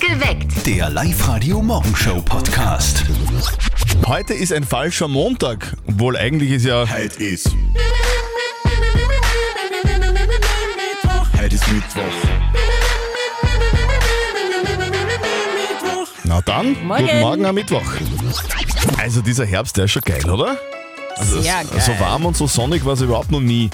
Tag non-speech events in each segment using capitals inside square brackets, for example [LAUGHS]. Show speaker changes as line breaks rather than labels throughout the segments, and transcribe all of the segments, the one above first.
Geweckt.
Der Live-Radio-Morgenshow-Podcast.
Heute ist ein falscher Montag, obwohl eigentlich ist ja
Heute ist. Heute ist Mittwoch.
Na dann, guten
Morgen.
Morgen am Mittwoch. Also dieser Herbst, der ist schon geil, oder? Also
Sehr
es-
geil.
So warm und so sonnig war es überhaupt noch nie.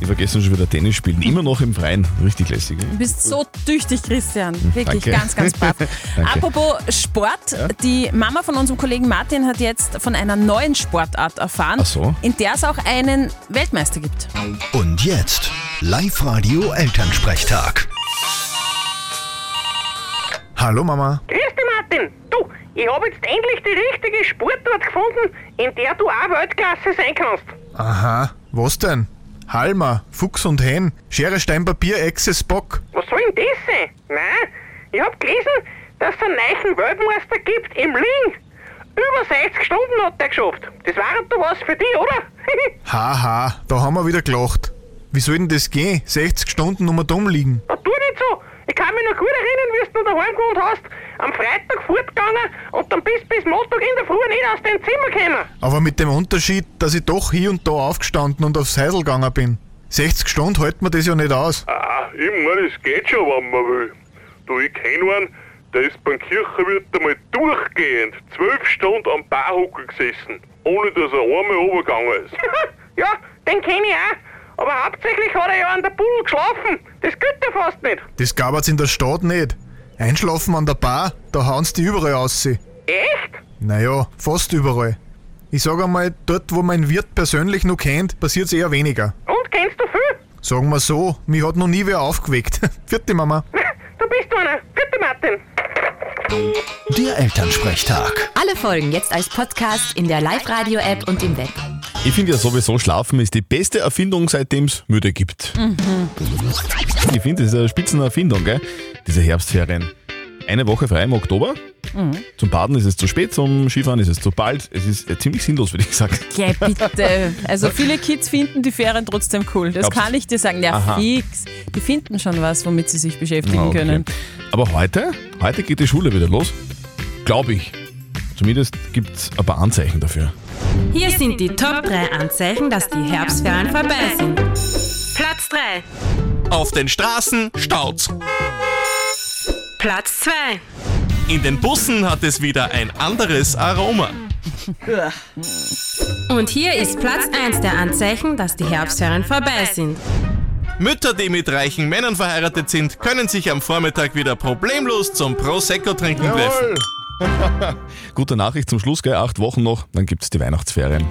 Ich vergesse schon wieder Tennis spielen. Immer noch im Freien. Richtig lässig. ne?
Du bist so tüchtig, Christian. Wirklich
Hm, danke.
ganz, ganz brav.
[LAUGHS] Danke.
Apropos Sport, die Mama von unserem Kollegen Martin hat jetzt von einer neuen Sportart erfahren,
Ach so.
in der es auch einen Weltmeister gibt.
Und jetzt Live-Radio Elternsprechtag.
Hallo Mama.
Grüß dich, Martin. Du, ich habe jetzt endlich die richtige Sportart gefunden, in der du auch Weltklasse sein kannst.
Aha, was denn? Halma, Fuchs und Hen, Schere, Stein, Papier, Echse, Spock.
Was soll denn das sein? Nein, ich habe gelesen, dass es einen neuen Weltmeister gibt im Ling. Über 60 Stunden hat er geschafft. Das war doch was für dich, oder? [LAUGHS]
Haha, da haben wir wieder gelacht. Wie soll denn das gehen? 60 Stunden um dumm liegen.
Na, tu nicht so. Ich kann mich noch gut erinnern, wie du daheim gewohnt hast. Am Freitag fortgegangen und dann bist bis Montag in der Früh nicht aus deinem Zimmer gekommen.
Aber mit dem Unterschied, dass ich doch hier und da aufgestanden und aufs Heisel gegangen bin. 60 Stunden hält man das ja nicht aus.
Ah, ich meine, es geht schon, wenn man will. Du, ich kenne einen, der ist beim Kirchenwirt einmal durchgehend zwölf Stunden am Barhocker gesessen, ohne dass er einmal runtergegangen ist.
ja, den kenne ich auch. Aber hauptsächlich hat er ja an der Bull geschlafen. Das gilt ja fast nicht.
Das gabert's in der Stadt nicht. Einschlafen an der Bar, da hauen's die überall aussehen.
Echt?
Naja, fast überall. Ich sag einmal, dort wo mein Wirt persönlich noch kennt, passiert's eher weniger.
Und kennst du viel?
Sagen wir so, mich hat noch nie wer aufgeweckt. [LAUGHS] Vierte Mama.
Du bist einer. Gute Martin.
Der Elternsprechtag.
Alle Folgen jetzt als Podcast in der Live-Radio-App und im Web.
Ich finde ja sowieso, Schlafen ist die beste Erfindung, seitdem es Müde gibt. Ich finde, das ist eine Spitzenerfindung, gell? Diese Herbstferien. Eine Woche frei im Oktober. Zum Baden ist es zu spät, zum Skifahren ist es zu bald. Es ist äh, ziemlich sinnlos, würde ich sagen.
Ja, bitte. Also viele Kids finden die Ferien trotzdem cool. Das
Glaubst du?
kann ich dir sagen. Ja,
Aha.
fix. Die finden schon was, womit sie sich beschäftigen
Ah, okay.
können.
Aber heute, heute geht die Schule wieder los. Glaube ich. Zumindest gibt es ein paar Anzeichen dafür.
Hier sind die Top 3 Anzeichen, dass die Herbstferien vorbei sind. Platz 3,
Auf den Straßen staut's.
Platz 2,
In den Bussen hat es wieder ein anderes Aroma.
und hier ist Platz 1 der Anzeichen, dass die Herbstferien vorbei sind.
Mütter, die mit reichen Männern verheiratet sind, können sich am Vormittag wieder problemlos zum Prosecco-Trinken treffen.
[LAUGHS] Gute Nachricht zum Schluss, gell? Acht Wochen noch, dann gibt es die Weihnachtsferien.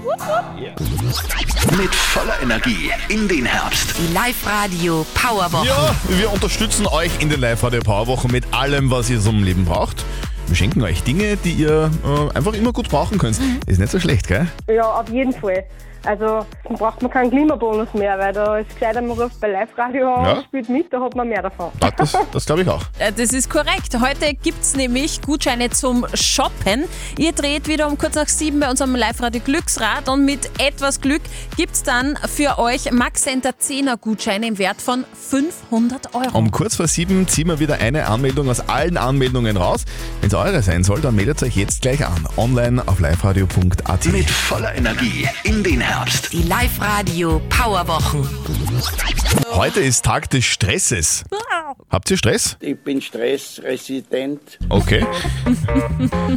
Mit voller Energie in den Herbst.
Die Live-Radio Powerwoche.
Ja, wir unterstützen euch in den Live-Radio Powerwochen mit allem, was ihr zum Leben braucht. Wir schenken euch Dinge, die ihr äh, einfach immer gut brauchen könnt.
Mhm.
Ist nicht so schlecht, gell?
Ja, auf jeden Fall. Also dann braucht man keinen Klimabonus mehr, weil da ist gescheit, man ruft bei Live-Radio an,
Ja.
und spielt mit, da hat man mehr davon.
Ah, Das, das glaube ich auch.
Äh, Das ist korrekt. Heute gibt's nämlich Gutscheine zum Shoppen. Ihr dreht wieder um kurz nach sieben bei unserem Live-Radio Glücksrad und mit etwas Glück gibt's dann für euch Max Center 10er Gutscheine im Wert von 500 Euro.
Um kurz vor sieben ziehen wir wieder eine Anmeldung aus allen Anmeldungen raus. Wenn es eure sein soll, dann meldet euch jetzt gleich an. Online auf liveradio.at.
Mit voller Energie in den Herbst.
Die Live-Radio Powerwochen.
Heute ist Tag des Stresses. Habt ihr Stress?
Ich bin stressresistent.
[LAUGHS]
Okay.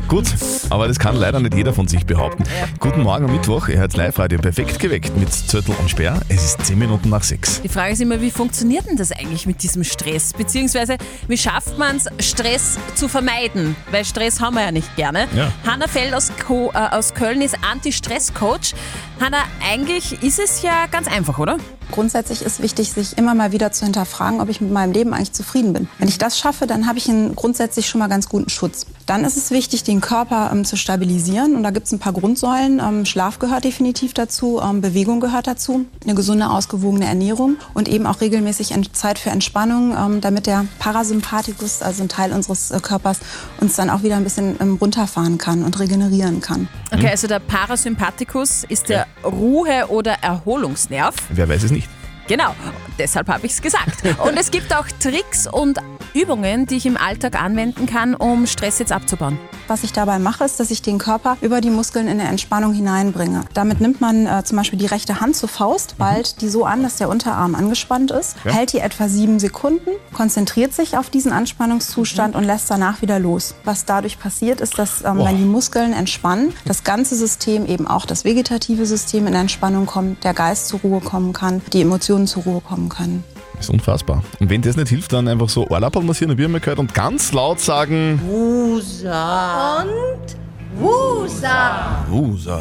Gut, aber das kann leider nicht jeder von sich behaupten. Guten Morgen am Mittwoch, ihr hört Live-Radio perfekt geweckt mit Zürtel und Sperr. Es ist 10 Minuten nach 6.
Die Frage ist immer, wie funktioniert denn das eigentlich mit diesem Stress? Beziehungsweise, wie schafft man es, Stress zu vermeiden? Weil Stress haben wir ja nicht gerne.
Ja.
Hanna Feld aus, Ko äh, aus Köln ist Anti-Stress-Coach. Hanna, eigentlich ist es ja ganz einfach, oder?
Grundsätzlich ist wichtig, sich immer mal wieder zu hinterfragen, ob ich mit meinem Leben eigentlich zufrieden bin. Wenn ich das schaffe, dann habe ich einen grundsätzlich schon mal ganz guten Schutz. Dann ist es wichtig, den Körper ähm, zu stabilisieren. Und da gibt es ein paar Grundsäulen. Ähm, Schlaf gehört definitiv dazu, ähm, Bewegung gehört dazu, eine gesunde, ausgewogene Ernährung und eben auch regelmäßig Ent- Zeit für Entspannung, ähm, damit der Parasympathikus, also ein Teil unseres äh, Körpers, uns dann auch wieder ein bisschen ähm, runterfahren kann und regenerieren kann.
Okay, also der Parasympathikus ist der Ruhe- oder Erholungsnerv.
Wer weiß es nicht?
Genau, deshalb habe ich es gesagt. Und es gibt auch Tricks und Übungen, die ich im Alltag anwenden kann, um Stress jetzt abzubauen?
Was ich dabei mache, ist, dass ich den Körper über die Muskeln in der Entspannung hineinbringe. Damit nimmt man äh, zum Beispiel die rechte Hand zur
Mhm.
Faust, ballt die so an, dass der Unterarm angespannt ist,
Ja.
hält die etwa sieben Sekunden, konzentriert sich auf diesen Anspannungszustand
Mhm.
und lässt danach wieder los. Was dadurch passiert, ist, dass ähm,
Boah.
wenn die Muskeln entspannen, das ganze System, eben auch das vegetative System in Entspannung kommt, der Geist zur Ruhe kommen kann, die Emotionen zur Ruhe kommen können.
Ist unfassbar. Und wenn das nicht hilft, dann einfach so Ohrlappel massieren, hab ich einmal gehört, und ganz laut sagen,
Wusa. Und Wusa.
Wusa.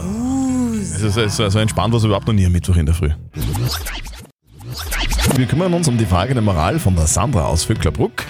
Also, Es ist so- so, so entspannt, was überhaupt noch nie am Mittwoch in der Früh. Wir kümmern uns um die Frage der Moral von der Sandra aus Vöcklerbruck.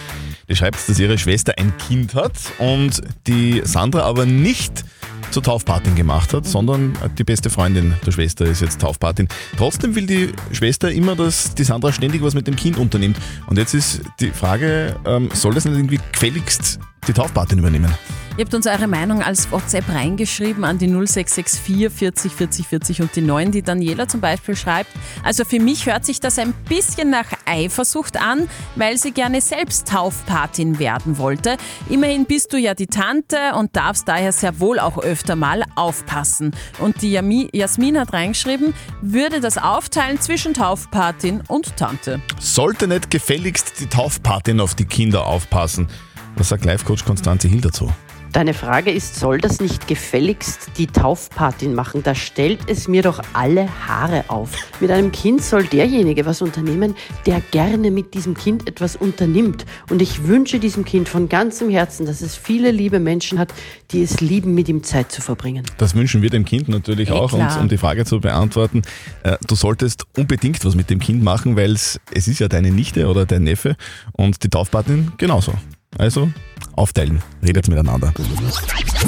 Die schreibt, dass ihre Schwester ein Kind hat und die Sandra aber nicht zur Taufpatin gemacht hat, sondern die beste Freundin der Schwester ist jetzt Taufpatin. Trotzdem will die Schwester immer, dass die Sandra ständig was mit dem Kind unternimmt. Und jetzt ist die Frage, ähm, soll das nicht irgendwie gefälligst die Taufpatin übernehmen?
Ihr habt uns eure Meinung als WhatsApp reingeschrieben an die 0664 40 40 40 und die 9. Die Daniela zum Beispiel schreibt, also für mich hört sich das ein bisschen nach Eifersucht an, weil sie gerne selbst Taufpatin werden wollte. Immerhin bist du ja die Tante und darfst daher sehr wohl auch öfter mal aufpassen. Und die Jami Jasmin hat reingeschrieben, würde das aufteilen zwischen Taufpatin und Tante.
Sollte nicht gefälligst die Taufpatin auf die Kinder aufpassen. Was sagt Live-Coach Konstanze Hill dazu?
Deine Frage ist, soll das nicht gefälligst die Taufpatin machen? Da stellt es mir doch alle Haare auf. Mit einem Kind soll derjenige was unternehmen, der gerne mit diesem Kind etwas unternimmt. Und ich wünsche diesem Kind von ganzem Herzen, dass es viele liebe Menschen hat, die es lieben, mit ihm Zeit zu verbringen.
Das wünschen wir dem Kind natürlich
Eh,
auch. Und
klar.
um die Frage zu beantworten, äh, du solltest unbedingt was mit dem Kind machen, weil es ist ja deine Nichte oder dein Neffe und die Taufpatin genauso. Also aufteilen, redet miteinander.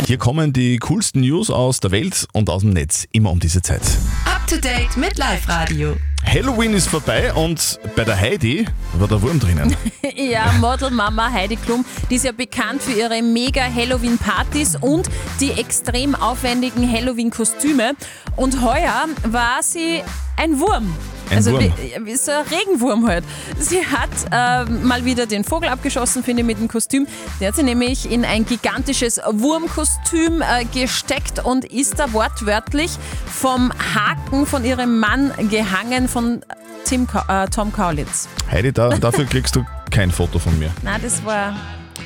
Hier kommen die coolsten News aus der Welt und aus dem Netz, immer um diese Zeit.
Up to date mit Live Radio.
Halloween ist vorbei und bei der Heidi war der Wurm
[LAUGHS]
drinnen.
[LAUGHS] Ja, Modelmama Heidi Klum, die ist ja bekannt für ihre mega Halloween-Partys und die extrem aufwendigen Halloween-Kostüme. Und heuer war sie ein Wurm.
Ein
also
Wurm.
wie- wie so ein Regenwurm halt. Sie hat äh, mal wieder den Vogel abgeschossen, finde ich, mit dem Kostüm. Der hat sie nämlich in ein gigantisches Wurmkostüm äh, gesteckt und ist da wortwörtlich vom Haken von ihrem Mann gehangen von Tim, Ka- äh, Tom Kaulitz.
Heidi, da, dafür kriegst du kein Foto von mir.
Na, das war.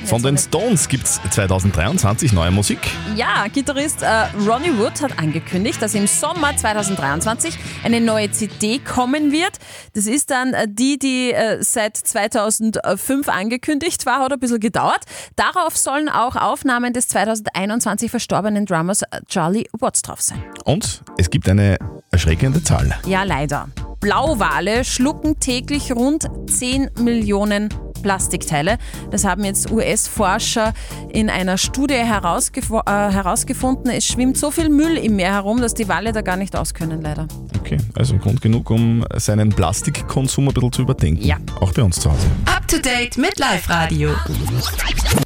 Von den Stones gibt es 2023 neue Musik.
Ja, Gitarrist äh, Ronnie Wood hat angekündigt, dass im Sommer 2023 eine neue CD kommen wird. Das ist dann äh, die, die äh, seit 2005 angekündigt war, hat ein bisschen gedauert. Darauf sollen auch Aufnahmen des 2021 verstorbenen Drummers äh, Charlie Watts drauf sein.
Und es gibt eine erschreckende Zahl.
Ja, leider. Blauwale schlucken täglich rund 10 Millionen Plastikteile. Das haben jetzt US-Forscher in einer Studie herausgef äh, herausgefunden. Es schwimmt so viel Müll im Meer herum, dass die Wale da gar nicht auskönnen, leider.
Okay, also Grund genug, um seinen Plastikkonsum ein bisschen zu überdenken.
Ja.
Auch bei uns zu Hause.
Up to date mit Live Radio.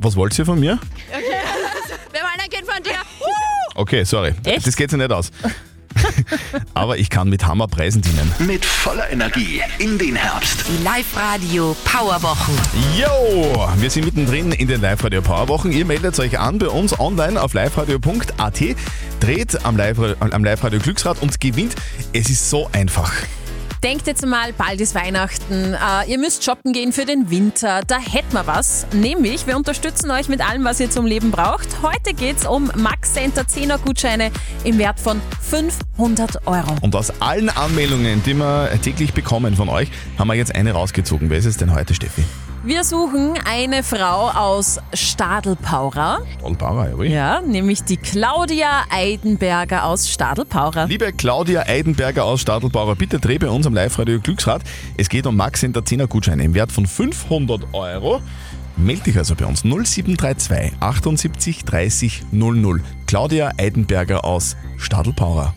Was wollt ihr von mir?
Okay. Wir wollen ein Kind von dir.
Okay, sorry. Das geht sich nicht aus. [LAUGHS] Aber ich kann mit Hammerpreisen dienen.
Mit voller Energie in den Herbst.
Die Live Radio Powerwochen.
Yo, wir sind mittendrin in den Live-Radio Powerwochen. Ihr meldet euch an bei uns online auf liveradio.at, dreht am Live- am Live-Radio Glücksrad und gewinnt. Es ist so einfach.
Denkt jetzt mal, bald ist Weihnachten, äh, ihr müsst shoppen gehen für den Winter, da hätten wir was. Nämlich, wir unterstützen euch mit allem, was ihr zum Leben braucht. Heute geht's um Max Center 10er Gutscheine im Wert von 500 Euro.
Und aus allen Anmeldungen, die wir täglich bekommen von euch, haben wir jetzt eine rausgezogen. Wer ist es denn heute, Steffi?
Wir suchen eine Frau aus Stadelpaurer.
Olbara, jawohl.
Ja, nämlich die Claudia Eidenberger aus Stadelpaurer.
Liebe Claudia Eidenberger aus Stadelbauer, bitte dreh bei uns am Live-Radio Glücksrad. Es geht um Max in der 10er Gutscheine im Wert von 500 Euro. Meld dich also bei uns 0732 78 30 00. Claudia Eidenberger aus Stadelpauer.